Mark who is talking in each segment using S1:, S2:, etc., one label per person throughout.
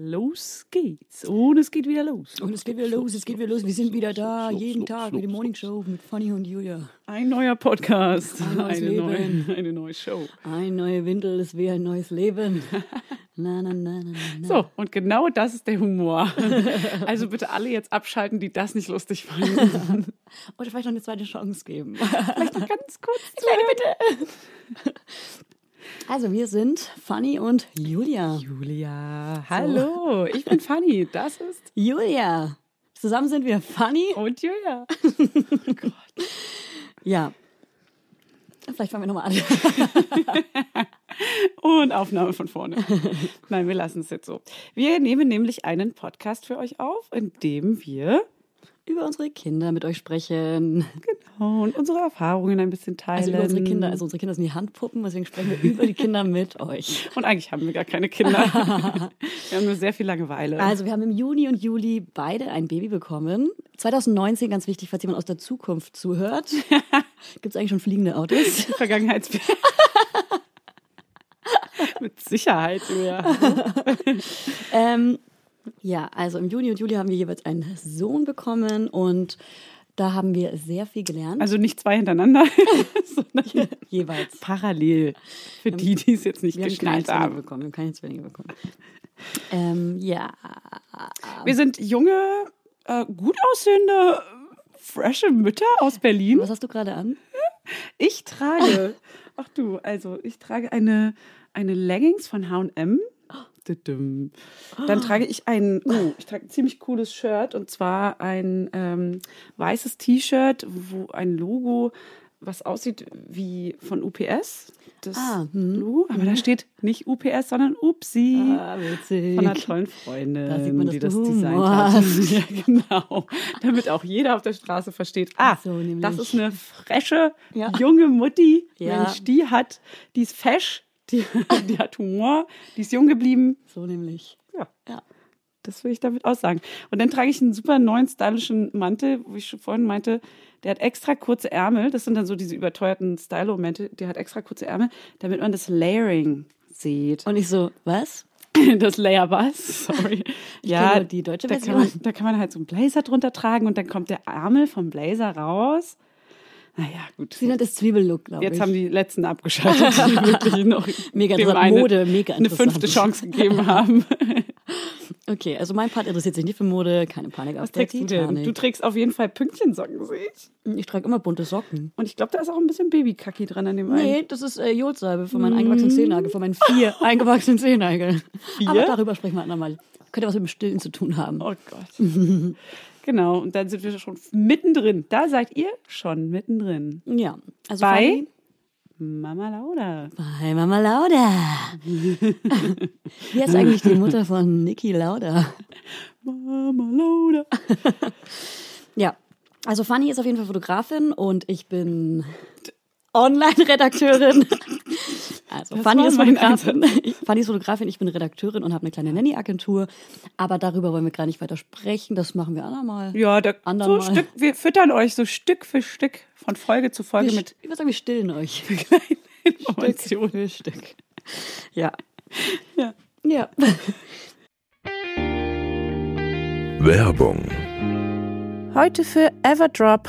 S1: Los geht's. Und es geht wieder los.
S2: Und es geht wieder los, es geht wieder los. Wir sind wieder da, jeden Tag mit der Morning Show mit Fanny und Julia.
S1: Ein neuer Podcast.
S2: Ein neues
S1: eine,
S2: Leben.
S1: Neue, eine neue Show.
S2: Ein neuer Windel ist wie ein neues Leben. Na, na, na, na, na.
S1: So, und genau das ist der Humor. Also bitte alle jetzt abschalten, die das nicht lustig fanden.
S2: Oder vielleicht noch eine zweite Chance geben.
S1: Vielleicht noch ganz kurz.
S2: Kleine Bitte. Also, wir sind Fanny und Julia.
S1: Julia, hallo. Ich bin Fanny. Das ist
S2: Julia. Zusammen sind wir Fanny.
S1: und Julia.
S2: Ja. Vielleicht fangen wir nochmal an.
S1: Und Aufnahme von vorne. Nein, wir lassen es jetzt so. Wir nehmen nämlich einen Podcast für euch auf, in dem wir
S2: Über unsere Kinder mit euch sprechen.
S1: genau, und unsere Erfahrungen ein bisschen teilen.
S2: Also über unsere Kinder, also unsere Kinder sind die Handpuppen, deswegen sprechen wir über die Kinder mit euch.
S1: Und eigentlich haben wir gar keine Kinder. wir haben nur sehr viel Langeweile.
S2: Also wir haben im Juni und Juli beide ein Baby bekommen. 2019, ganz wichtig, falls jemand aus der Zukunft zuhört. Gibt es eigentlich schon fliegende Autos?
S1: Vergangenheitsbild. Mit Sicherheit, Julia.
S2: Ähm, ja, also im Juni und Juli haben wir jeweils einen Sohn bekommen und da haben wir sehr viel gelernt.
S1: Also nicht zwei hintereinander, sondern
S2: jeweils.
S1: parallel. Für die, die es jetzt nicht
S2: Wir haben keine
S1: geschnallt
S2: Zwillinge
S1: haben.
S2: bekommen. Wir haben keine Zwillinge bekommen. Ähm, ja,
S1: Wir sind junge, äh, gut aussehende, frische Mütter aus Berlin.
S2: was hast du gerade an?
S1: Ich trage, ach du, also ich trage eine, eine Leggings von H&M. Tudum. Dann trage ich ein, oh, ich trage ein ziemlich cooles Shirt und zwar ein ähm, weißes T-Shirt, wo ein Logo, was aussieht wie von UPS, das
S2: Ah, hm.
S1: Logo, aber da steht nicht UPS, sondern Upsi
S2: Ah. witzig.
S1: Hm? von einer tollen Freundin,
S2: Da sieht man, dass
S1: die
S2: du
S1: das
S2: Humor
S1: designt hat. Ja, genau. Damit auch jeder auf der Straße versteht, ah,
S2: Ach so, nämlich.
S1: das ist eine frische,
S2: Ja.
S1: junge Mutti.
S2: Ja.
S1: Mensch, die hat, die ist fesch, die, die hat Humor, die ist jung geblieben.
S2: So nämlich.
S1: Ja.
S2: Ja.
S1: Das will ich damit aussagen. Und dann trage ich einen super neuen stylischen Mantel, wo ich schon vorhin meinte, der hat extra kurze Ärmel. Das sind dann so diese überteuerten Stylo-Mäntel. Der hat extra kurze Ärmel, damit man das Layering sieht.
S2: Und ich so, was?
S1: Das Layer Bass, sorry.
S2: kenn nur die deutsche
S1: da
S2: Version.
S1: Kann man, da kann man halt so einen Blazer drunter tragen und dann kommt der Ärmel vom Blazer raus. Naja, gut.
S2: Sie nennt es Zwiebellook, glaube ich.
S1: Jetzt haben die letzten abgeschaltet, die wirklich noch
S2: Mega
S1: dem
S2: interessant.
S1: eine,
S2: Mode, mega
S1: eine
S2: interessant.
S1: fünfte Chance gegeben haben.
S2: Okay, also mein Part interessiert sich nicht für Mode, keine Panik auf
S1: Was
S2: der
S1: trägst du denn? Du
S2: Titanic.
S1: trägst auf jeden Fall Pünktchensocken, sehe ich.
S2: Ich trage immer bunte Socken.
S1: Und ich glaube, da ist auch ein bisschen Babykacki dran an dem einen.
S2: Nee, das ist äh, Jodsalbe für
S1: Mm.
S2: meinen eingewachsenen Zehennagel, für meinen vier eingewachsenen Zehennagel.
S1: Vier?
S2: Aber darüber sprechen wir andermal. Könnte was mit dem Stillen zu tun haben.
S1: Oh Gott. genau, und dann sind wir schon mittendrin. Da seid ihr schon mittendrin.
S2: Ja, also
S1: Bei Mama Lauda.
S2: Hi Mama Lauda. Wer ist eigentlich die Mutter von Niki Lauda?
S1: Mama Lauda.
S2: Ja, also Fanny ist auf jeden Fall Fotografin und ich bin Online-Redakteurin. Also
S1: Das
S2: Fanny
S1: war
S2: ist,
S1: mein
S2: Fotografin. Ich- Fanny ist Fotografin, ich bin Redakteurin und habe eine kleine Nanny-Agentur. Aber darüber wollen wir gar nicht weiter sprechen, das machen wir andermal.
S1: Ja, da,
S2: Andermal.
S1: so Stück, wir füttern euch so Stück für Stück von Folge zu
S2: Wir,
S1: Folge
S2: st-
S1: mit
S2: ich würde sagen, wir stillen euch.
S1: kleinen
S2: Stück
S1: Informationen.
S2: für Stück. Ja.
S1: Ja.
S2: Ja.
S3: Werbung.
S4: Heute für Everdrop.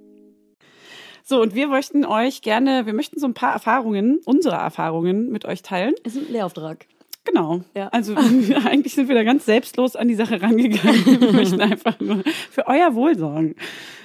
S1: So, und wir möchten euch gerne, wir möchten so ein paar Erfahrungen, unsere Erfahrungen mit euch teilen.
S2: Ist ein Lehrauftrag.
S1: Genau.
S2: Ja.
S1: Also eigentlich sind wir da ganz selbstlos an die Sache rangegangen. Wir möchten einfach nur für euer Wohl sorgen.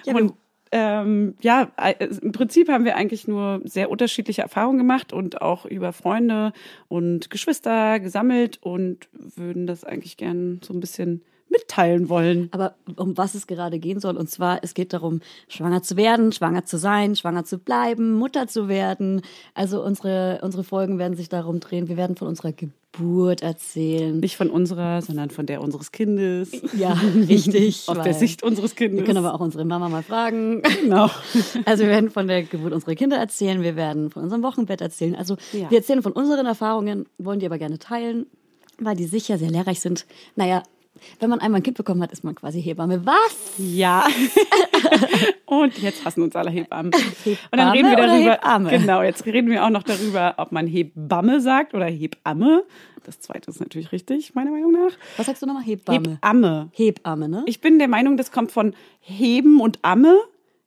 S2: Ja, wir-
S1: und ähm, ja, äh, im Prinzip haben wir eigentlich nur sehr unterschiedliche Erfahrungen gemacht und auch über Freunde und Geschwister gesammelt und würden das eigentlich gern so ein bisschen mitteilen wollen.
S2: Aber um was es gerade gehen soll, und zwar, es geht darum, schwanger zu werden, schwanger zu sein, schwanger zu bleiben, Mutter zu werden. Also unsere, unsere Folgen werden sich darum drehen. Wir werden von unserer Geburt erzählen.
S1: Nicht von unserer, sondern von der unseres Kindes.
S2: ja, richtig.
S1: Aus
S2: weil
S1: der Sicht unseres Kindes.
S2: Wir können aber auch unsere Mama mal fragen.
S1: Genau.
S2: Also wir werden von der Geburt unserer Kinder erzählen, wir werden von unserem Wochenbett erzählen. Also
S1: Ja.
S2: wir erzählen von unseren Erfahrungen, wollen die aber gerne teilen, weil die sicher sehr lehrreich sind. Naja, wenn man einmal ein Kind bekommen hat, ist man quasi Hebamme. Was?
S1: Ja. Und jetzt hassen uns alle Hebammen. Und
S2: Hebamme
S1: dann reden wir
S2: oder
S1: darüber.
S2: Hebamme?
S1: Genau, jetzt reden wir auch noch darüber, ob man Hebamme sagt oder Hebamme. Das zweite ist natürlich richtig, meiner Meinung nach.
S2: Was sagst du nochmal? Hebamme.
S1: Hebamme.
S2: Hebamme, ne?
S1: Ich bin der Meinung, das kommt von Heben und Amme.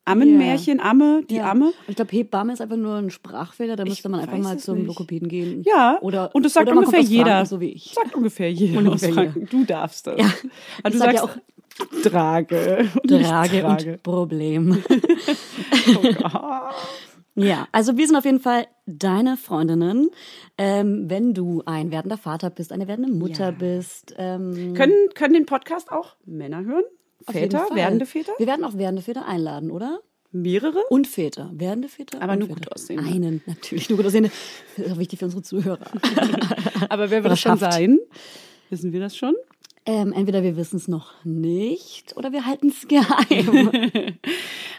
S1: Ammenmärchen, Amme, die
S2: Ja.
S1: Amme.
S2: Und Ich glaube, Hebamme ist einfach nur ein Sprachfehler. Da müsste man einfach
S1: weiß
S2: mal
S1: es
S2: zum
S1: nicht.
S2: Lokopäden gehen.
S1: Ja,
S2: Oder,
S1: und das sagt
S2: oder man
S1: ungefähr
S2: kommt aus
S1: jeder.
S2: Franken, so wie ich.
S1: Sagt ungefähr jeder.
S2: Ungefähr
S1: aus
S2: jeder.
S1: Franken. Du darfst das.
S2: Ja.
S1: Also du
S2: Ich sag ja
S1: sagst Drage. und nicht
S2: Trage und Problem.
S1: Oh Gott.
S2: Ja, also wir sind auf jeden Fall deine Freundinnen, ähm, wenn du ein werdender Vater bist, eine werdende Mutter
S1: Ja.
S2: bist. Ähm,
S1: Mhm. Können, können den Podcast auch Männer hören?
S2: auf jeden
S1: Väter,
S2: Fall.
S1: werdende Väter?
S2: Wir werden auch werdende Väter einladen, oder?
S1: Mehrere?
S2: Und Väter, werdende Väter.
S1: Aber
S2: und
S1: nur
S2: Väter.
S1: gut aussehende.
S2: Einen, natürlich nur gut aussehende. Das ist auch wichtig für unsere Zuhörer.
S1: Aber wer
S2: Oder
S1: wird das schon
S2: schafft.
S1: sein? Wissen wir das schon?
S2: ähm, entweder wir wissen es noch nicht oder wir halten es geheim.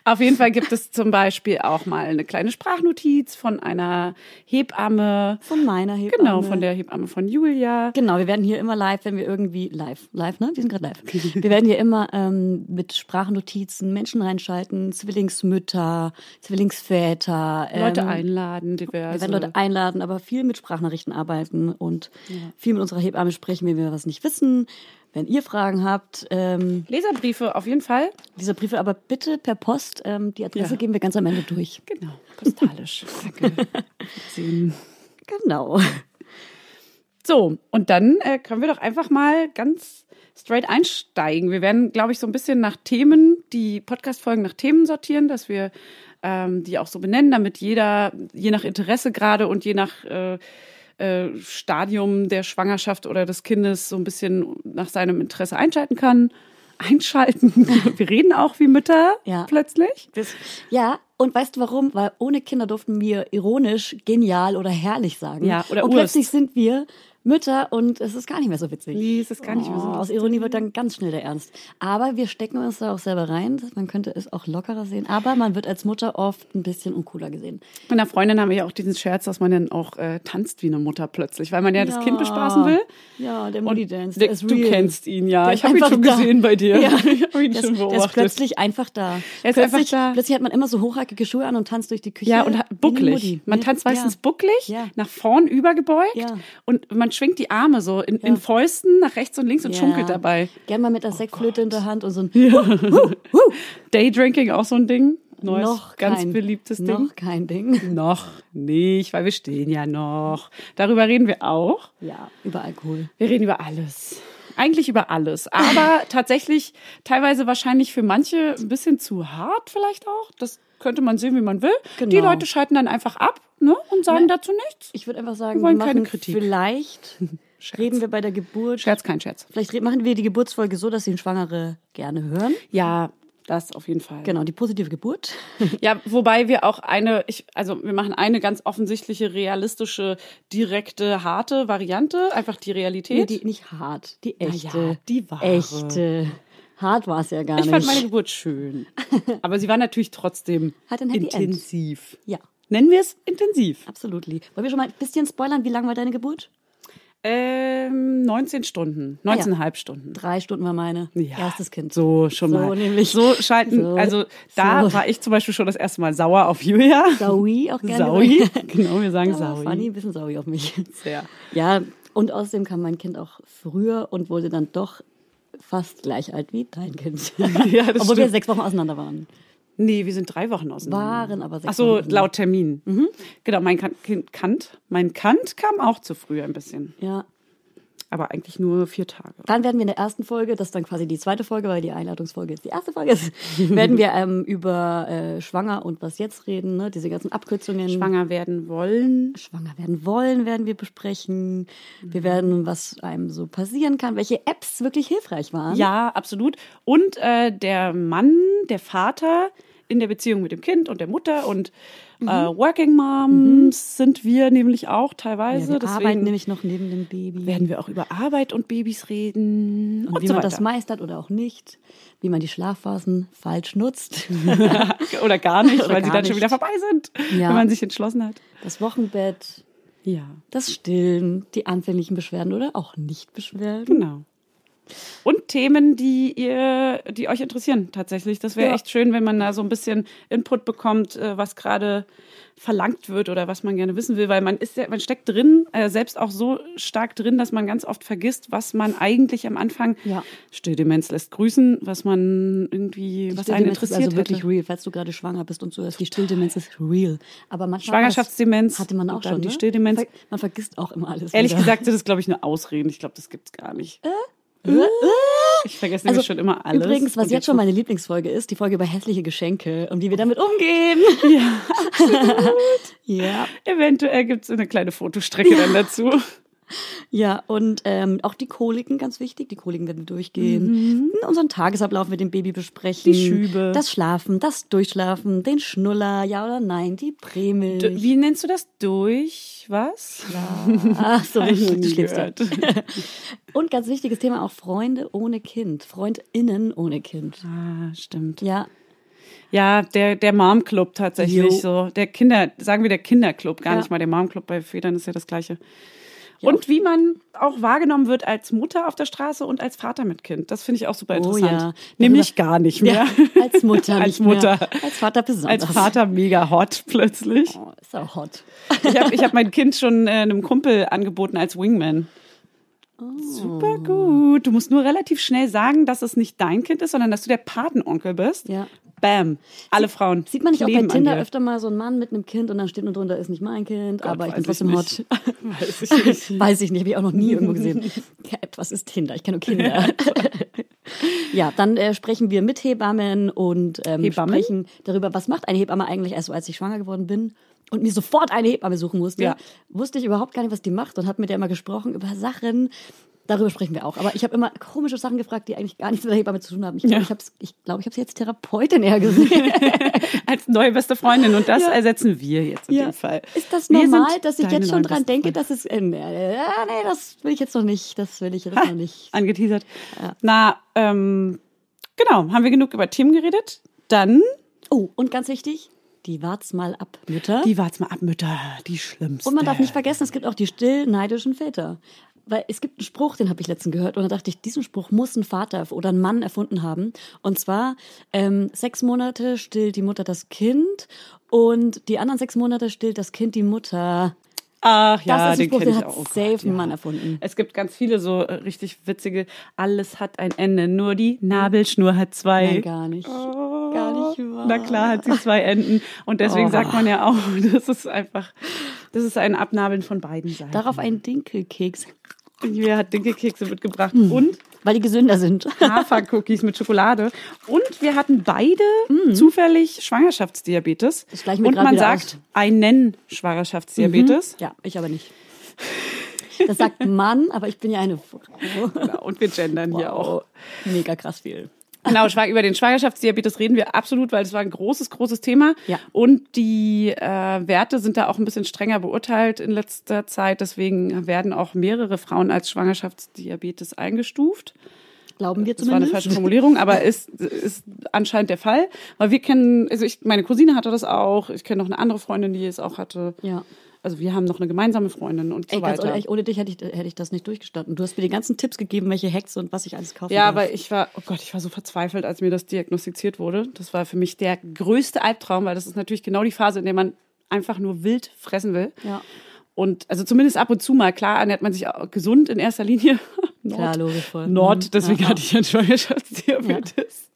S1: Auf jeden Fall gibt es zum Beispiel auch mal eine kleine Sprachnotiz von einer Hebamme.
S2: Von meiner Hebamme.
S1: Genau, von der Hebamme von Julia.
S2: Genau, wir werden hier immer live, wenn wir irgendwie live, live, ne? Wir sind gerade live. Wir werden hier immer ähm, mit Sprachnotizen Menschen reinschalten, Zwillingsmütter, Zwillingsväter. Ähm,
S1: Leute einladen, also. diverse.
S2: Wir werden Leute einladen, aber viel mit Sprachnachrichten arbeiten und viel mit unserer Hebamme sprechen, wenn wir was nicht wissen. Wenn ihr Fragen habt, ähm,
S1: Leserbriefe auf jeden Fall.
S2: diese Briefe aber bitte per Post. Ähm, die Adresse
S1: Ja.
S2: geben wir ganz am Ende durch.
S1: Genau, postalisch. Danke. Sehen.
S2: Genau.
S1: So, und dann äh, können wir doch einfach mal ganz straight einsteigen. Wir werden, glaube ich, so ein bisschen nach Themen, die Podcast-Folgen nach Themen sortieren, dass wir ähm, die auch so benennen, damit jeder, je nach Interesse gerade und je nach äh, äh, Stadium der Schwangerschaft oder des Kindes so ein bisschen nach seinem Interesse einschalten kann. Einschalten. Wir reden auch wie Mütter
S2: Ja.
S1: plötzlich.
S2: Ja, und weißt du warum? Weil ohne Kinder durften wir ironisch, genial oder herrlich sagen.
S1: Ja, oder
S2: und
S1: Urst.
S2: plötzlich sind wir Mütter und es ist gar nicht mehr so witzig.
S1: Nee, es ist gar nicht mehr so.
S2: Oh, aus Ironie wird dann ganz schnell der Ernst. Aber wir stecken uns da auch selber rein. Man könnte es auch lockerer sehen. Aber man wird als Mutter oft ein bisschen uncooler gesehen.
S1: Mit einer Freundin haben wir ja auch diesen Scherz, dass man dann auch äh, tanzt wie eine Mutter plötzlich, weil man ja, das Kind bespaßen will.
S2: Ja, der
S1: Und
S2: Moody Dance.
S1: der-
S2: Der ist
S1: du
S2: real.
S1: kennst ihn, ja.
S2: Der
S1: ich
S2: ist
S1: habe ihn
S2: einfach
S1: schon
S2: da.
S1: gesehen bei dir.
S2: Ja.
S1: Ich habe ihn
S2: Der ist, der
S1: schon
S2: ist
S1: beobachtet.
S2: plötzlich einfach da.
S1: Er ist
S2: plötzlich,
S1: einfach da.
S2: Plötzlich hat man immer so hochhackige Schuhe an und tanzt durch die Küche.
S1: Ja, und ha-
S2: wie eine
S1: bucklig.
S2: Mutti.
S1: Man
S2: Ja.
S1: tanzt meistens bucklig,
S2: Ja.
S1: nach vorn übergebeugt
S2: Ja.
S1: und man schwingt die Arme so in, in
S2: Ja.
S1: Fäusten nach rechts und links und
S2: Ja.
S1: schunkelt dabei.
S2: Gerne mal mit einer Sektflöte in der Hand und so ein
S1: Daydrinking auch so ein Ding. Neues,
S2: noch
S1: ganz
S2: kein,
S1: beliebtes
S2: noch
S1: Ding.
S2: kein Ding.
S1: Noch nicht, weil wir stehen ja noch. Darüber reden wir auch.
S2: Ja, über Alkohol.
S1: Wir reden über alles. Eigentlich über alles. Aber tatsächlich teilweise wahrscheinlich für manche ein bisschen zu hart vielleicht auch. Das könnte man sehen, wie man will. Die
S2: Genau.
S1: Leute schalten dann einfach ab ne, und sagen dazu nichts.
S2: Ich würde einfach sagen,
S1: Wir wollen
S2: wir
S1: keine
S2: machen
S1: Kritik.
S2: vielleicht reden wir bei der Geburt.
S1: Scherz, kein Scherz.
S2: Vielleicht re- machen wir die Geburtsfolge so, dass ihn Schwangere gerne hören.
S1: Ja, das auf jeden Fall.
S2: Genau, die positive Geburt.
S1: Ja, wobei wir auch eine, ich, also wir machen eine ganz offensichtliche, realistische, direkte, harte Variante, einfach die
S2: Nee,
S1: Realität.
S2: die nicht hart, die
S1: ja,
S2: echte.
S1: die wahre.
S2: Echte. Hart war es ja gar
S1: ich
S2: nicht.
S1: fand meine Geburt schön. Aber sie war natürlich trotzdem
S2: Hat ein Happy End.
S1: intensiv.
S2: ja,
S1: Nennen wir es intensiv.
S2: absolut. Wollen wir schon mal ein bisschen spoilern, wie lang war deine Geburt?
S1: Ähm, 19 Stunden, 19,5 Stunden.
S2: Drei Stunden war meine. Ah, Erstes Kind.
S1: So schon
S2: So
S1: mal.
S2: nämlich.
S1: So schalten.
S2: So,
S1: also da
S2: so.
S1: war ich zum Beispiel schon das erste Mal sauer auf Julia.
S2: Saui auch gerne.
S1: Saui. Genau, wir sagen
S2: Ja,
S1: Saui.
S2: Fanny, ein bisschen saui auf mich.
S1: Sehr.
S2: Ja, und außerdem kam mein Kind auch früher und wurde dann doch fast gleich alt wie dein Kind.
S1: Ja, das
S2: Obwohl wir
S1: stimmt.
S2: seks Wochen auseinander waren.
S1: Nee, wir sind drei Wochen auseinander.
S2: Waren aber sechs
S1: Ach so,
S2: Wochen auseinander. Mhm.
S1: laut Termin. Genau, mein kan Kind Kant, mein Kant kam auch zu früh ein bisschen,
S2: Ja.
S1: aber eigentlich nur vier Tage.
S2: Dann werden wir in der ersten Folge, das ist dann quasi die zweite Folge, weil die Einladungsfolge jetzt die erste Folge ist, werden wir ähm, über äh, Schwanger und was jetzt reden, ne? diese ganzen Abkürzungen.
S1: Schwanger werden wollen.
S2: Schwanger werden wollen, werden wir besprechen.
S1: Mhm.
S2: Wir werden, was einem so passieren kann, welche Apps wirklich hilfreich waren.
S1: Ja, absolut. Und äh, der Mann, der Vater in der Beziehung mit dem Kind und der Mutter und äh,
S2: Mhm.
S1: Working Moms sind wir nämlich auch
S2: ja
S1: teilweise.
S2: wir
S1: also Deswegen
S2: arbeiten nämlich noch neben dem Baby.
S1: werden wir auch über Arbeit und Babys reden und,
S2: und wie
S1: so
S2: man
S1: weiter.
S2: das meistert oder auch nicht, wie man die Schlafphasen falsch nutzt,
S1: Oder gar nicht,
S2: Oder
S1: weil sie
S2: gar
S1: dann schon wieder
S2: nicht.
S1: vorbei sind,
S2: Ja.
S1: wenn man sich entschlossen hat.
S2: das Wochenbett,
S1: Ja.
S2: das Stillen, die anfänglichen Beschwerden oder auch nicht Beschwerden.
S1: Genau. Und Themen, die ihr, die euch interessieren, tatsächlich. Das wäre
S2: Ja.
S1: echt schön, wenn man da so ein bisschen Input bekommt, äh, was gerade verlangt wird oder was man gerne wissen will, weil man ist ja, man steckt drin, äh, selbst auch so stark drin, dass man ganz oft vergisst, was man eigentlich am Anfang
S2: Ja.
S1: Stilldemenz lässt grüßen, was man irgendwie, was einen
S2: Stilldemenz ist
S1: interessiert
S2: also wirklich
S1: hätte.
S2: real, falls du gerade schwanger bist und so ist. Die Stilldemenz ist real. Aber manchmal
S1: Schwangerschaftsdemenz
S2: hatte man auch
S1: und dann
S2: schon.
S1: die
S2: ne?
S1: Stilldemenz.
S2: Man ver- Man vergisst auch immer alles.
S1: Ehrlich
S2: wieder.
S1: gesagt sind das, glaube ich, nur Ausreden. Ich glaube, das gibt's gar nicht. Äh? Ich vergesse nämlich schon immer alles.
S2: Äh? Also, Übrigens, was
S1: Und
S2: jetzt schon meine Lieblingsfolge ist, die Folge über hässliche Geschenke und wie wir damit umgehen. Ja. ja.
S1: Eventuell gibt es eine kleine Fotostrecke dann dazu.
S2: Ja, und ähm, auch die Koliken, ganz wichtig. Die Koliken werden wir durchgehen. Unseren Tagesablauf mit dem Baby besprechen.
S1: Mhm. Die Schübe.
S2: Das Schlafen, das Durchschlafen, den Schnuller, ja oder nein, die Prämilch.
S1: D- Wie nennst du das? Durch was?
S2: Ach Ah, so,
S1: Hab ich noch
S2: du
S1: nie
S2: schläfst ja.
S1: gehört.
S2: Und ganz wichtiges Thema auch Freunde ohne Kind. FreundInnen ohne Kind.
S1: Ah, stimmt.
S2: Ja,
S1: Ja, der, der Mom-Club
S2: Jo.
S1: tatsächlich so. Der Kinder, sagen wir der Kinderclub, gar
S2: Ja.
S1: nicht mal der Mom-Club. Bei Federn ist ja das Gleiche. Und wie man auch wahrgenommen wird als Mutter auf der Straße und als Vater mit Kind. Das finde ich auch super
S2: Oh
S1: interessant.
S2: ja.
S1: Nämlich gar nicht mehr.
S2: Ja, als Mutter
S1: als
S2: nicht
S1: Mutter.
S2: mehr. Als Vater besonders.
S1: Als Vater mega hot plötzlich.
S2: Oh, ist auch hot.
S1: Ich habe ich hab mein Kind schon äh, einem Kumpel angeboten als Wingman.
S2: Oh.
S1: Super gut. Du musst nur relativ schnell sagen, dass es nicht dein Kind ist, sondern dass du der Patenonkel bist.
S2: Ja.
S1: Bam. Alle Frauen.
S2: Sieht man nicht auch bei
S1: kleben an
S2: Tinder
S1: dir.
S2: öfter mal so einen Mann mit einem Kind und dann steht nur drunter, ist nicht mein Kind, aber ich bin
S1: weiß ich
S2: trotzdem
S1: nicht.
S2: hot.
S1: Weiß ich nicht.
S2: Weiß ich nicht, habe ich auch noch nie irgendwo gesehen. Ja, Was ist Tinder? Ich kenne nur Kinder. ja, dann äh, sprechen wir mit Hebammen und ähm,
S1: Hebammen?
S2: sprechen darüber, was macht eine Hebamme eigentlich, also als ich schwanger geworden bin und mir sofort eine Hebamme suchen musste,
S1: Ja.
S2: wusste ich überhaupt gar nicht, was die macht und habe mit der immer gesprochen über Sachen, Darüber sprechen wir auch. Aber ich habe immer komische Sachen gefragt, die eigentlich gar nichts mit der Hebamme zu tun haben. Ich glaube,
S1: Ja.
S2: ich habe ich glaub, ich hab's jetzt Therapeutin eher gesehen.
S1: Als neue beste Freundin. Und das
S2: Ja.
S1: ersetzen wir jetzt in dem Fall.
S2: Ist das
S1: Wir sind
S2: normal, dass ich
S1: deine
S2: jetzt schon
S1: neuen
S2: dran
S1: besten
S2: denke,
S1: Freunde.
S2: dass es. Äh, äh, nee, das will ich jetzt noch nicht. Das will ich jetzt noch nicht.
S1: Angeteasert.
S2: Ja.
S1: Na, ähm, genau. Haben wir genug über Themen geredet? Dann,
S2: Oh, und ganz wichtig, die wart's mal ab, Mütter.
S1: die wart's mal ab, Mütter. Die schlimmste.
S2: Und man darf nicht vergessen, es gibt auch die still neidischen Väter. Weil es gibt einen Spruch, den habe ich letztens gehört und da dachte ich, diesen Spruch muss ein Vater oder ein Mann erfunden haben. Und zwar ähm, sechs Monate stillt die Mutter das Kind und die anderen sechs Monate stillt das Kind die Mutter.
S1: Ach
S2: Das ist
S1: ja,
S2: ein
S1: den
S2: Spruch,
S1: kenne
S2: den
S1: ich
S2: hat
S1: auch. Oh Gott,
S2: safe
S1: ja.
S2: ein Mann erfunden.
S1: Es gibt ganz viele so äh, richtig witzige, alles hat ein Ende, nur die Nabelschnur hat zwei. Oh,
S2: Nein, gar nicht. gar nicht wahr.
S1: Na klar hat sie zwei Enden. Und deswegen
S2: Oh.
S1: sagt man ja auch, das ist einfach, das ist ein Abnabeln von beiden Seiten.
S2: Darauf ein Dinkelkeks,
S1: Julia hat Dinkelkekse mitgebracht
S2: Hm.
S1: und
S2: weil die gesünder sind.
S1: Hafercookies mit Schokolade. Und wir hatten beide zufällich Schwangerschaftsdiabetes.
S2: Das gleiche Hm. mir
S1: und
S2: gerade
S1: man
S2: wieder
S1: sagt
S2: aus.
S1: einen Schwangerschaftsdiabetes.
S2: Ja, ich aber nicht. Das sagt Mann, aber ich bin ja eine Frau. Mhm.
S1: Genau, Und wir gendern hier auch.
S2: Mega krass viel.
S1: Genau, Schwa- über den Schwangerschaftsdiabetes reden wir absolut, weil es war ein großes, großes Thema.
S2: Ja.
S1: Und die äh, Werte sind da auch ein bisschen strenger beurteilt in letzter Zeit. Deswegen werden auch mehrere Frauen als Schwangerschaftsdiabetes eingestuft.
S2: Glauben wir
S1: Das war eine
S2: zumindest.
S1: falsche Formulierung, aber ist, ist anscheinend der Fall. Weil wir kennen, also ich, meine Cousine hatte das auch. Ich kenne noch eine andere Freundin, die es auch hatte.
S2: Ja.
S1: Also wir haben noch eine gemeinsame Freundin und so
S2: Ey, ganz
S1: weiter.
S2: ehrlich, ohne dich hätte ich, hätte ich das nicht durchgestanden. Du hast mir die ganzen Tipps gegeben, welche Hacks und was ich alles kaufen
S1: Ja,
S2: darf.
S1: aber ich war, oh Gott, ich war so verzweifelt, als mir das diagnostiziert wurde. Das war für mich der größte Albtraum, weil das ist natürlich genau die Phase, in der man einfach nur wild fressen will.
S2: Ja.
S1: Und also zumindest ab und zu mal, klar ernährt man sich auch gesund in erster Linie.
S2: Klar, logisch, voll. Mhm.
S1: Nord, deswegen
S2: Ja,
S1: hatte ich einen Schwangerschaftsdiabetes.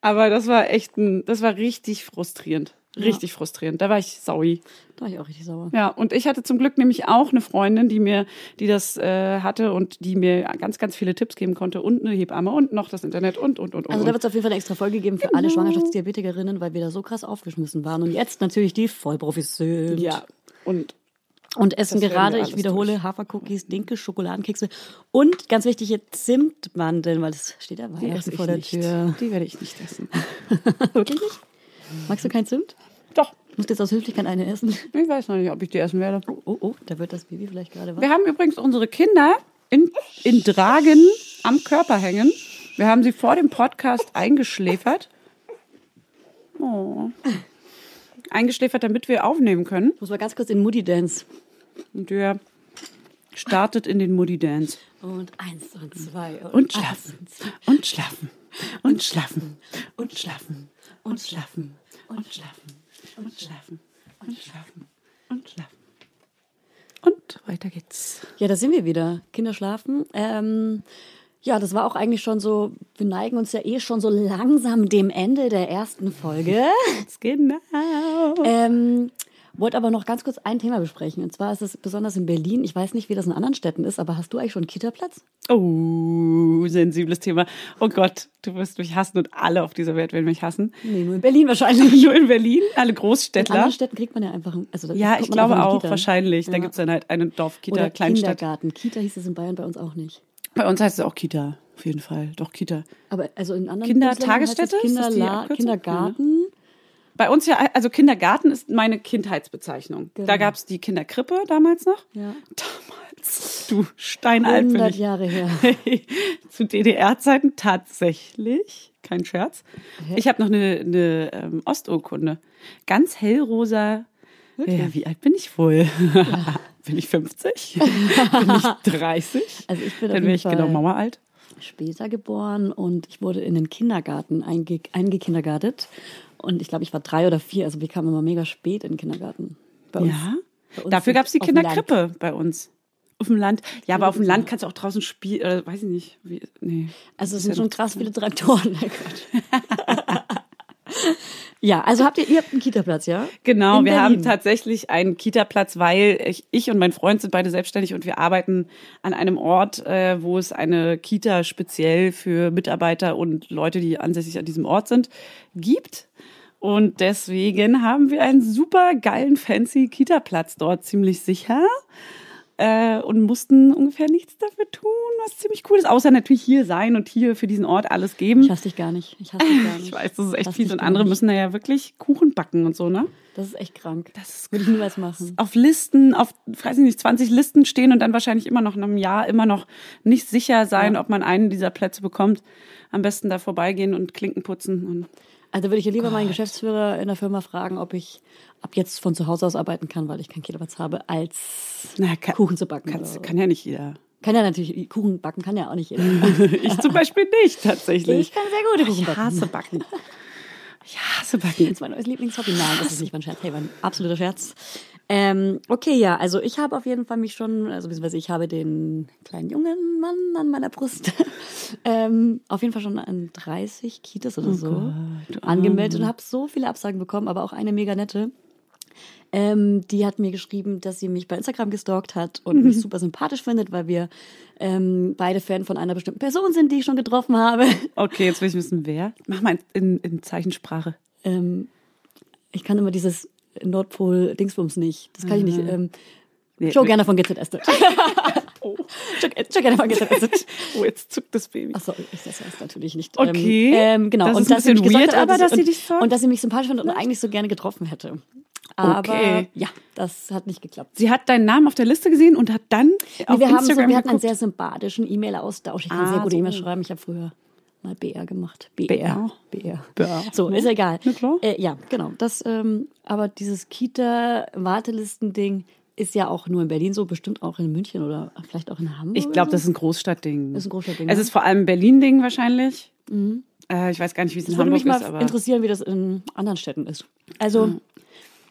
S1: Aber das war echt ein, das war richtig frustrierend. Richtig frustrierend. Da war ich saui.
S2: Da war ich auch richtig sauer.
S1: Ja, und ich hatte zum Glück nämlich auch eine Freundin, die mir, die das äh, hatte und die mir ganz, ganz viele Tipps geben konnte und eine Hebamme und noch das Internet und und und und.
S2: Also da
S1: und.
S2: wird es auf jeden Fall eine extra Folge geben für alle Schwangerschaftsdiabetikerinnen, weil wir da so krass aufgeschmissen waren und jetzt natürlich die Vollprofis sind.
S1: Ja. Und
S2: Und essen
S1: Das werden wir
S2: gerade,
S1: alles
S2: ich wiederhole,
S1: durch.
S2: Hafercookies, Dinkel, Schokoladenkekse und ganz wichtig hier Zimtmandeln, weil das steht ja
S1: die esse
S2: Weihnachten
S1: ich
S2: vor der
S1: nicht.
S2: Tür.
S1: Die werde ich nicht essen.
S2: Wirklich nicht? Magst du kein Zimt?
S1: Doch,
S2: Musst jetzt aus Höflichkeit eine essen.
S1: ich weiß noch nicht, ob ich die essen werde.
S2: Oh, oh, da wird das Baby vielleicht gerade wach.
S1: Wir haben übrigens unsere Kinder in, in Dragen am Körper hängen. Wir haben sie vor dem Podcast eingeschläfert. Oh. Eingeschläfert, damit wir aufnehmen können.
S2: Muss mal ganz kurz in Moody Dance.
S1: Und ihr startet in den Muddy Dance.
S2: Und eins und zwei und,
S1: Und schlafen. Und schlafen. Und schlafen. Und schlafen. Und schlafen. Und schlafen. Und schlafen. Und schlafen. Und schlafen. Und weiter geht's.
S2: Ja, da sind wir wieder. Kinder schlafen. Ähm, ja, das war auch eigentlich schon so, wir neigen uns ja eh schon so langsam dem Ende der ersten Folge.
S1: Genau.
S2: Ähm, wollte aber noch ganz kurz ein Thema besprechen. Und zwar ist es besonders in Berlin. Ich weiß nicht, wie das in anderen Städten ist, aber hast du eigentlich schon einen Kita-Platz?
S1: Oh, sensibles Thema. Oh Gott, du wirst mich hassen und alle auf dieser Welt werden mich hassen.
S2: Nee, nur in Berlin wahrscheinlich.
S1: Nur in Berlin, alle
S2: In
S1: Großstädtler.
S2: anderen Städten kriegt man ja einfach einen. Also da
S1: Ja,
S2: kommt
S1: ich
S2: man einfach in
S1: glaube
S2: die
S1: auch,
S2: Kita.
S1: wahrscheinlich. Da
S2: Ja.
S1: gibt's dann halt eine Dorfkita,
S2: Oder
S1: Kleinstadt.
S2: Kindergarten. Kita hieß es in Bayern bei uns auch nicht.
S1: Bei uns heißt es auch Kita, auf jeden Fall. Doch, Kita.
S2: Aber also in anderen Bundesländern heißt es
S1: Kindertagesstätte? Ist das die
S2: Kinderla
S1: Abkürzung?
S2: Kindergarten.
S1: Bei uns ja, also Kindergarten ist meine Kindheitsbezeichnung.
S2: Genau.
S1: Da gab's die Kinderkrippe damals noch.
S2: Ja.
S1: Damals. Du steinalt bin
S2: 100
S1: ich.
S2: Jahre her.
S1: Zu DDR-Zeiten tatsächlich. Kein Scherz. Ich habe noch eine, eine ähm, Osturkunde. Ganz hellrosa. Ja, wie alt bin ich wohl? bin ich 50? bin ich 30?
S2: Also ich bin auf
S1: Dann
S2: jeden
S1: wäre ich
S2: Fall-
S1: genau Maueralt.
S2: später geboren und ich wurde in den Kindergarten einge eingekindergartet. Und ich glaube, ich war drei oder vier, also wir kamen immer mega spät in den Kindergarten. Bei uns.
S1: Ja.
S2: Bei uns
S1: Dafür
S2: nicht.
S1: gab's die
S2: Auf dem Land.
S1: Kinderkrippe bei uns. Auf dem Land. Ja, aber auf dem Land kannst du auch draußen spielen. Äh, weiß ich nicht. Wie, nee.
S2: Also es sind schon krass viele Traktoren. Mein Gott. ja, also habt ihr, ihr habt einen Kita-Platz, ja?
S1: Genau,
S2: In
S1: wir
S2: Berlin.
S1: haben tatsächlich einen Kita-Platz, weil ich, ich und mein Freund sind beide selbstständig und wir arbeiten an einem Ort, äh, wo es eine Kita speziell für Mitarbeiter und Leute, die ansässig an diesem Ort sind, gibt. Und deswegen haben wir einen super geilen, fancy Kita-Platz dort ziemlich sicher. äh, und mussten ungefähr nichts dafür tun, was ziemlich cool ist, außer natürlich hier sein und hier für diesen Ort alles geben.
S2: Ich hasse dich gar nicht. Ich hasse dich gar nicht.
S1: Ich weiß, das ist echt
S2: Lass
S1: viel
S2: dich
S1: und andere
S2: durch.
S1: müssen da ja wirklich Kuchen backen und so, ne?
S2: Das ist echt krank.
S1: Das ist
S2: Würde ich niemals machen.
S1: auf Listen, auf, weiß ich nicht, 20 Listen stehen und dann wahrscheinlich immer noch in einem Jahr immer noch nicht sicher sein, ob man einen dieser Plätze bekommt. Am besten da vorbeigehen und Klinken putzen. Und
S2: Also würde ich ja lieber meinen Geschäftsführer in der Firma fragen, ob ich ab jetzt von zu Hause aus arbeiten kann, weil ich keinen Kilowatt habe, als
S1: Na, kann-
S2: Kuchen zu backen. oder so.
S1: kannst, kann ja nicht jeder.
S2: Kann ja natürlich, Kuchen backen kann ja auch nicht jeder.
S1: Ich zum Beispiel nicht, tatsächlich.
S2: Ich kann sehr gut Kuchen
S1: ich
S2: backen.
S1: hasse Backen. Ich hasse Backen.
S2: Das ist mein neues Lieblingshobby. Nein, das ist nicht mein Scherz. Hey, mein absoluter Scherz. Ähm, okay, ja, also ich habe auf jeden Fall mich schon, also beziehungsweise ich habe den kleinen jungen Mann an meiner Brust ähm, auf jeden Fall schon an 30 Kitas oder so angemeldet und habe so viele Absagen bekommen, aber auch eine mega nette. Ähm, die hat mir geschrieben, dass sie mich bei Instagram gestalkt hat und mich super sympathisch findet, weil wir ähm, beide Fan von einer bestimmten Person sind, die ich schon getroffen habe.
S1: Okay, jetzt will ich wissen, wer. Mach mal in, in Zeichensprache.
S2: ähm, ich kann immer dieses Nordpol-Dingsbums nicht. Das kann ich nicht. Ähm,
S1: Mhm. Nee,
S2: Joe
S1: nee.
S2: gerne von GZS.
S1: Oh.
S2: Joe, äh, Joe gerne von GZS.
S1: Oh, jetzt zuckt das Baby.
S2: Achso, ich das weiß natürlich nicht.
S1: Okay.
S2: Ähm, ähm, genau.
S1: Das
S2: und
S1: ist ein
S2: dass sie mich
S1: bisschen
S2: gesagt
S1: weird,
S2: hat,
S1: aber dass
S2: und,
S1: sie dich sagt.
S2: Und dass sie mich sympathisch findet und eigentlich so gerne getroffen hätte. Aber
S1: Okay.
S2: ja, das hat nicht geklappt.
S1: Sie hat deinen Namen auf der Liste gesehen und hat dann auf
S2: wir, haben so,
S1: Instagram
S2: wir hatten einen
S1: geguckt.
S2: sehr sympathischen E-Mail-Austausch. Ich kann
S1: Ah,
S2: sehr gute
S1: so.
S2: E-Mails schreiben. Ich habe früher mal BR gemacht.
S1: BR.
S2: BR.
S1: BR.
S2: So, ist egal.
S1: Na klar.
S2: Äh, ja, genau. Das, ähm, aber dieses Kita-Wartelisten-Ding ist ja auch nur in Berlin so, bestimmt auch in München oder vielleicht auch in Hamburg.
S1: Ich glaube,
S2: oder
S1: das ist ein Großstadtding.
S2: Ist ein Großstadtding,
S1: Es
S2: ne?
S1: ist vor allem ein Berlin-Ding wahrscheinlich. Äh, ich weiß gar nicht, wie es in
S2: so. würde
S1: Hamburg
S2: mich mal
S1: ist, aber
S2: interessieren, wie das in anderen Städten ist. Also,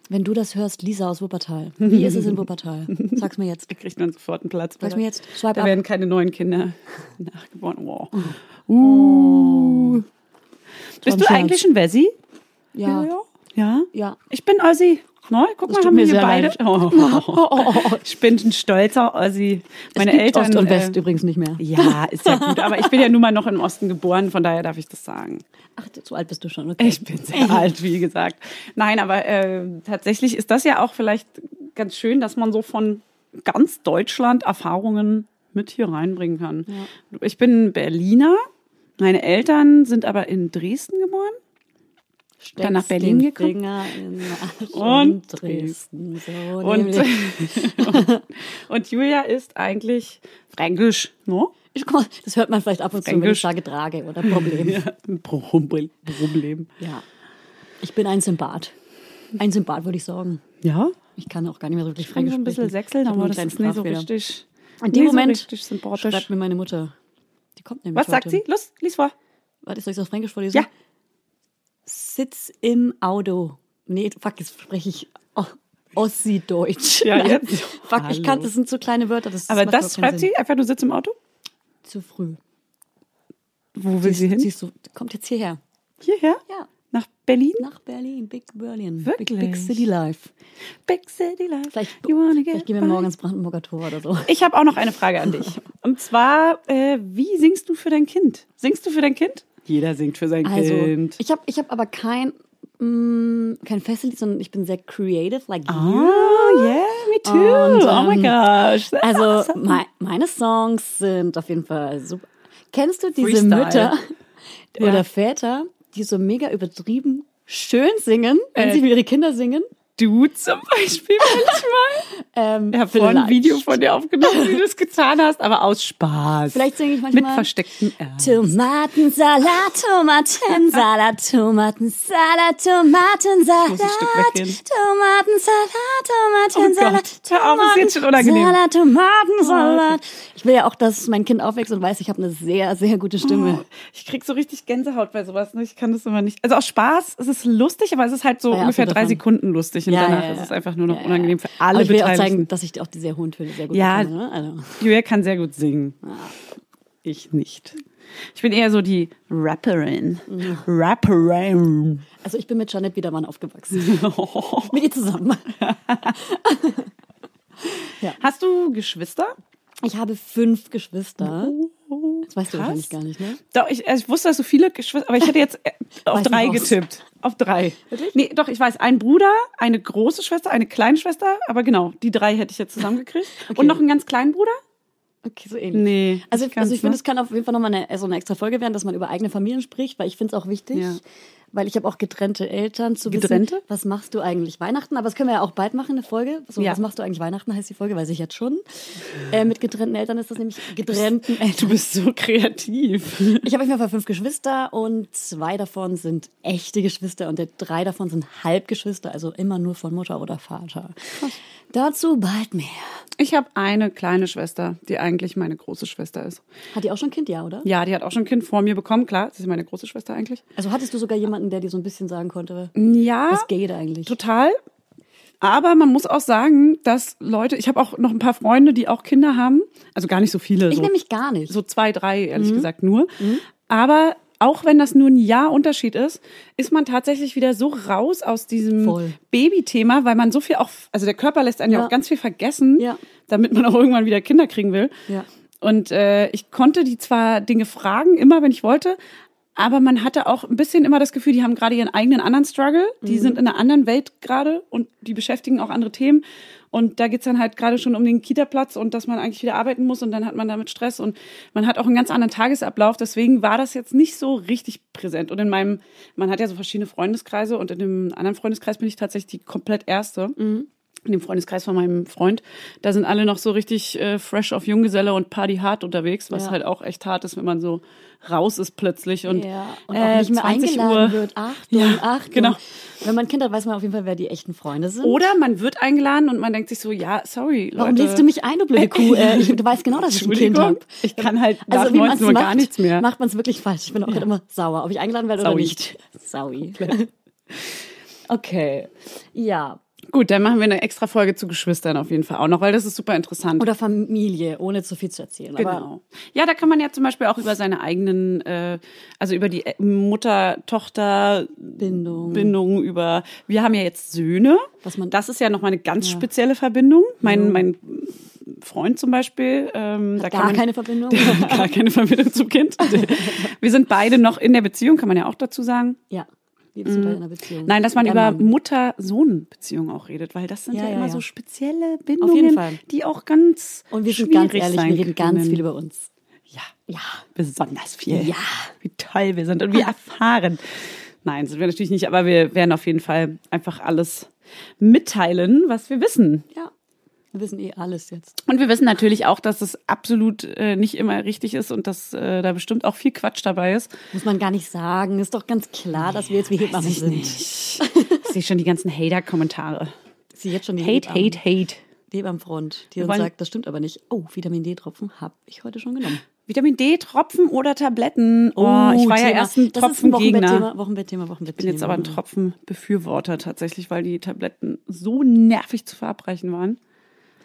S2: wenn du das hörst, Lisa aus Wuppertal, wie ist es in Wuppertal? Sag's mir jetzt.
S1: da kriegt man sofort einen Platz.
S2: Sag's mir jetzt. Swipe
S1: Da
S2: ab.
S1: werden keine neuen Kinder nachgeboren. Wow. Uh. Bist
S2: Oh.
S1: du
S2: Scherz.
S1: eigentlich ein Wessi?
S2: Ja.
S1: Ja. ja.
S2: Ja.
S1: Ich bin Ossi. Ne? Guck mal,
S2: tut
S1: haben
S2: mir
S1: wir
S2: sehr
S1: hier beide.
S2: leid.
S1: Oh. Ich bin ein stolzer Ossi. Meine
S2: es gibt
S1: Eltern.
S2: Ost und
S1: äh,
S2: West übrigens nicht mehr.
S1: Ja, ist ja gut, aber ich bin ja nun mal noch im Osten geboren, von daher darf ich das sagen.
S2: Ach, so alt bist du schon. Okay.
S1: Ich bin sehr alt, wie gesagt. Nein, aber äh, tatsächlich ist das ja auch vielleicht ganz schön, dass man so von ganz Deutschland Erfahrungen mit hier reinbringen kann. Ich bin Berliner, meine Eltern sind aber in Dresden geboren.
S2: Steckst
S1: Dann nach Berlin
S2: den
S1: gekommen.
S2: Finger in den Arsch
S1: Und
S2: und Dresden. So
S1: Und,
S2: nämlich.
S1: und Julia ist eigentlich fränkisch, ne?
S2: Ich, guck mal, das hört man vielleicht ab und zu, wenn
S1: Fränkisch.
S2: ich sage Trage oder Problem. ja.
S1: Ein Problem. Problem.
S2: Ich bin ein Symbat. Ein Symbat, würde ich sagen.
S1: Ja?
S2: Ich kann auch gar nicht mehr so richtig
S1: Ich bin
S2: Fränkisch
S1: so ein bisschen
S2: sprechen.
S1: Sächseln,
S2: Ich hab
S1: aber
S2: nur
S1: das
S2: einen
S1: ist
S2: kleinen
S1: nicht so
S2: Sprachfehler.
S1: richtig.
S2: In dem
S1: nicht
S2: Moment
S1: So richtig sympathisch.
S2: schreibt mir meine Mutter. Die kommt nämlich
S1: Was sagt
S2: heute.
S1: sie? Los, lies vor.
S2: Warte, soll ich das auf Fränkisch vorlesen?
S1: Ja.
S2: Sitz im Auto. Nee, fuck, jetzt spreche ich O- Ossi-Deutsch.
S1: Ja,
S2: Nein.
S1: jetzt.
S2: Fuck, ich kann, das sind so kleine Wörter. Das
S1: Aber
S2: macht
S1: das
S2: überhaupt
S1: schreibt
S2: keinen
S1: sie einfach, du sitzt im Auto.
S2: Sinn. Zu früh.
S1: Wo will sie hin?
S2: Siehst du, kommt jetzt hierher.
S1: Hierher?
S2: Ja,
S1: Nach Berlin?
S2: nach Berlin, Big Berlin.
S1: Wirklich?
S2: Big, Big City Life.
S1: Big City Life.
S2: Vielleicht,
S1: You wanna get
S2: vielleicht gehen wir
S1: by.
S2: morgen ins Brandenburger Tor oder so.
S1: Ich habe auch noch eine Frage an dich. Und zwar, äh, wie singst du für dein Kind? Singst du für dein Kind? Jeder singt für sein
S2: Also,
S1: Kind.
S2: ich habe ich hab aber kein, mm, kein Festlied, sondern ich bin sehr creative, like you.
S1: Ah, yeah, me too.
S2: Und,
S1: oh my
S2: ähm,
S1: gosh. that's
S2: Also
S1: awesome.
S2: mei- meine Songs sind auf jeden Fall super. Kennst du diese
S1: Freestyle.
S2: Mütter oder
S1: Ja.
S2: Väter, die so mega übertrieben schön singen, wenn
S1: Äh.
S2: sie für ihre Kinder singen?
S1: du zum Beispiel manchmal.
S2: Ähm,
S1: Ich habe vorhin ein
S2: vielleicht.
S1: Video von dir aufgenommen, wie du das getan hast, aber aus Spaß.
S2: Vielleicht singe ich
S1: Mit
S2: manchmal
S1: verstecktem Ernst.
S2: Tomatensalat, Tomatensalat, Tomatensalat, Tomatensalat,
S1: muss ein Stück weggehen.
S2: Tomatensalat, Tomatensalat.
S1: Oh Gott, hör auf, ist jetzt schon unangenehm.
S2: Salat, Tomatensalat. Ich will ja auch, dass mein Kind aufwächst und weiß, ich habe eine sehr, sehr gute
S1: Oh,
S2: Stimme.
S1: Ich krieg so richtig Gänsehaut bei sowas. Ne? Ich kann das immer nicht. Also aus Spaß, es ist lustig, aber es ist halt
S2: Ah
S1: so
S2: ja,
S1: ungefähr
S2: absolut
S1: drei
S2: davon.
S1: Sekunden lustig und
S2: Ja,
S1: danach
S2: ja, ja.
S1: ist es einfach nur noch
S2: Ja, ja,
S1: unangenehm
S2: ja.
S1: für alle
S2: Aber ich will auch
S1: Beteiligten.
S2: zeigen, dass ich auch die sehr hohen Töne sehr gut
S1: Ja.
S2: kann. Ne? Also,
S1: Julia kann sehr gut singen.
S2: Ah.
S1: Ich nicht. Ich bin eher so die Rapperin. Rapperin.
S2: also ich bin mit Janet Wiedermann aufgewachsen. mit ihr zusammen.
S1: Hast du Geschwister?
S2: Ich habe fünf Geschwister. Das weißt du
S1: Oh, Krass.
S2: wahrscheinlich gar nicht, ne?
S1: Doch, ich, also ich wusste, dass du viele Geschwister, aber ich hätte jetzt äh, auf
S2: Weiß nicht
S1: drei
S2: aus.
S1: getippt. auf drei. Nee, doch, ich weiß, ein Bruder, eine große Schwester, eine kleine Schwester, aber genau, die drei hätte ich jetzt zusammengekriegt.
S2: Okay.
S1: Und noch einen ganz kleinen Bruder?
S2: Okay, so ähnlich.
S1: Nee.
S2: Also,
S1: nicht
S2: ich-
S1: ganz,
S2: also ich finde,
S1: ne?
S2: es kann auf jeden Fall nochmal eine, äh, so eine extra Folge werden, dass man über eigene Familien spricht, weil ich finde es auch wichtig,
S1: Ja.
S2: weil ich habe auch getrennte Eltern zu
S1: Getrennte?
S2: wissen, was machst du eigentlich Weihnachten? Aber das können wir ja auch bald machen, eine Folge. So,
S1: Ja.
S2: was machst du eigentlich Weihnachten, heißt die Folge, weiß ich jetzt schon. Äh, mit getrennten Eltern ist das nämlich getrennten Eltern.
S1: ne? Du bist so kreativ.
S2: Ich habe auf jeden Fall fünf Geschwister und zwei davon sind echte Geschwister und die drei davon sind Halbgeschwister, also immer nur von Mutter oder Vater. Dazu bald mehr.
S1: Ich habe eine kleine Schwester, die eigentlich meine große Schwester ist.
S2: Hat die auch schon ein Kind, ja, oder?
S1: Ja, die hat auch schon ein Kind vor mir bekommen, klar. Das ist meine große Schwester eigentlich.
S2: Also hattest du sogar jemanden, der dir so ein bisschen sagen konnte,
S1: Ja.
S2: was geht eigentlich?
S1: Total. Aber man muss auch sagen, dass Leute, ich habe auch noch ein paar Freunde, die auch Kinder haben. Also gar nicht so viele.
S2: Ich
S1: so,
S2: nämlich gar nicht. Mhm.
S1: so zwei, drei, ehrlich gesagt, nur. Aber auch wenn das nur ein Jahr Unterschied ist, ist man tatsächlich wieder so raus aus diesem
S2: Voll.
S1: Babythema, weil man so viel auch, also der Körper lässt einen ja,
S2: Ja.
S1: auch ganz viel vergessen,
S2: Ja.
S1: damit man auch irgendwann wieder Kinder kriegen will.
S2: Ja.
S1: Und äh, ich konnte die zwar Dinge fragen, immer wenn ich wollte, aber man hatte auch ein bisschen immer das Gefühl, die haben gerade ihren eigenen anderen Struggle, die sind in einer anderen Welt gerade und die beschäftigen auch andere Themen. Und da geht's dann halt gerade schon um den Kita-Platz und dass man eigentlich wieder arbeiten muss und dann hat man damit Stress und man hat auch einen ganz anderen Tagesablauf. Deswegen war das jetzt nicht so richtig präsent. Und in meinem, man hat ja so verschiedene Freundeskreise und in dem anderen Freundeskreis bin ich tatsächlich die komplett erste in dem Freundeskreis von meinem Freund, da sind alle noch so richtig äh, fresh auf Junggeselle und Party hart unterwegs, was
S2: Ja.
S1: halt auch echt hart ist, wenn man so raus ist plötzlich und,
S2: ja, und
S1: äh,
S2: auch nicht mehr
S1: 20
S2: eingeladen
S1: Uhr.
S2: wird. Ah. Achtung,
S1: Ja,
S2: Achtung.
S1: genau.
S2: Wenn man Kinder hat, weiß man auf jeden Fall, wer die echten Freunde sind.
S1: Oder man wird eingeladen und man denkt sich so, ja, sorry, Leute.
S2: Warum lädst du mich ein, du blöde Kuh? Äh, ich, du weißt genau, dass ich ein Kind
S1: Entschuldigung,
S2: habe.
S1: ich kann halt nach
S2: wie man's
S1: 19 Uhr gar nichts mehr.
S2: Macht man es wirklich falsch. Ich bin auch halt immer sauer, ob ich eingeladen werde oder
S1: Saui.
S2: nicht. Saui. okay. Ja.
S1: Gut, dann machen wir eine extra Folge zu Geschwistern auf jeden Fall auch noch, weil das ist super interessant.
S2: Oder Familie, ohne zu viel zu erzählen. Aber
S1: Genau. Ja, da kann man ja zum Beispiel auch über seine eigenen, äh, also über die Mutter-Tochter,
S2: Bindung.
S1: Bindung über. Wir haben ja jetzt Söhne.
S2: Was man-
S1: das ist ja nochmal eine ganz spezielle Verbindung. Mein, mein Freund zum Beispiel, ähm, da kann
S2: Gar
S1: man,
S2: keine Verbindung.
S1: gar keine Verbindung zum Kind. Wir sind beide noch in der Beziehung, kann man ja auch dazu sagen.
S2: ja. Wie bist du da in einer Beziehung?
S1: Mhm. Nein, dass man
S2: Der
S1: über
S2: Mann.
S1: Mutter-Sohn-Beziehung auch redet, weil das sind
S2: Genau. Ja,
S1: ja,
S2: ja,
S1: immer
S2: ja.
S1: so spezielle Bindungen,
S2: Fall.
S1: die auch ganz
S2: Und wir sind
S1: schwierig
S2: ganz ehrlich,
S1: sein
S2: wir reden ganz
S1: können.
S2: viel über uns.
S1: Ja,
S2: Ja.
S1: besonders viel.
S2: Ja.
S1: Wie toll wir sind und wie erfahren. Nein, sind wir natürlich nicht, aber wir werden auf jeden Fall einfach alles mitteilen, was wir wissen.
S2: Ja. Wir wissen eh alles jetzt.
S1: Und wir wissen natürlich auch, dass es absolut äh, nicht immer richtig ist und dass äh, da bestimmt auch viel Quatsch dabei ist.
S2: Muss man gar nicht sagen. Ist doch ganz klar, dass wir jetzt wie Hebammen
S1: ich
S2: sind.
S1: nicht. Ich sehe schon die ganzen Hater-Kommentare.
S2: Sie jetzt schon die
S1: Hate,
S2: Hebammen.
S1: hate, hate.
S2: Die Hebammenfront, die
S1: Wir
S2: uns
S1: wollen-
S2: sagt, das stimmt aber nicht. Oh, Vitamin D-Tropfen habe ich heute schon genommen.
S1: Vitamin D, Tropfen oder Tabletten. Oh, ich war ja
S2: Thema.
S1: erst ein
S2: Das ist ein
S1: Tropfengegner.
S2: Wochenbettthema, Wochenbettthema, Wochenbettthema.
S1: bin jetzt aber ein Tropfenbefürworter tatsächlich, weil die Tabletten so nervig zu verabreichen waren.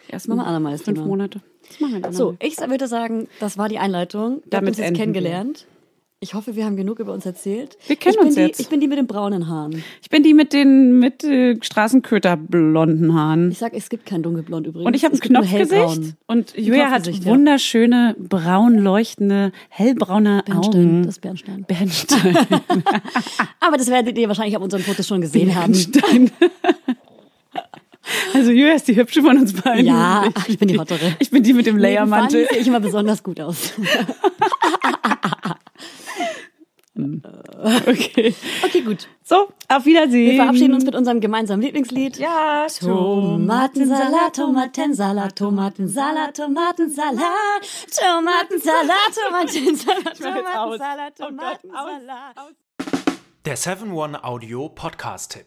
S1: Erst
S2: Machen wir
S1: mal
S2: andermal das
S1: fünf
S2: Thema.
S1: Monate. Das machen wir dann
S2: So,
S1: mal.
S2: ich würde sagen, das war die Einleitung. Wir haben
S1: Damit
S2: uns jetzt
S1: enden
S2: kennengelernt. Ich hoffe, wir haben genug über uns erzählt.
S1: Wir kennen
S2: ich bin
S1: uns
S2: die,
S1: jetzt.
S2: Ich bin die mit den braunen Haaren.
S1: Ich bin die mit den mit äh, Straßenköter-blonden Haaren.
S2: Ich sag, es gibt kein dunkelblond übrigens.
S1: Und ich habe ein
S2: Es gibt nur
S1: Knopfgesicht.
S2: hellbraun.
S1: Und Julia hat
S2: Knopfgesicht, ja.
S1: wunderschöne, braun leuchtende, hellbraune
S2: Bernstein,
S1: Augen.
S2: das ist Bernstein.
S1: Bernstein.
S2: Aber das werdet ihr wahrscheinlich auf unseren Fotos schon gesehen haben.
S1: Bernstein. Also Julia ist die hübsche von uns beiden.
S2: Ja, ich bin die hottere.
S1: Ich bin die mit dem
S2: Neben Fanny
S1: Layermantel.
S2: sehe ich immer besonders gut aus.
S1: Okay.
S2: Okay, gut.
S1: So, auf Wiedersehen.
S2: Wir verabschieden uns mit unserem gemeinsamen Lieblingslied.
S1: Ja,
S2: Tomatensalat, Tomatensalat, Tomatensalat, Tomatensalat, Tomatensalat, Tomatensalat,
S1: mach jetzt aus.
S2: Tomatensalat,
S1: Oh Gott, aus,
S2: Tomatensalat.
S5: Der 7-One-Audio Podcast-Tipp.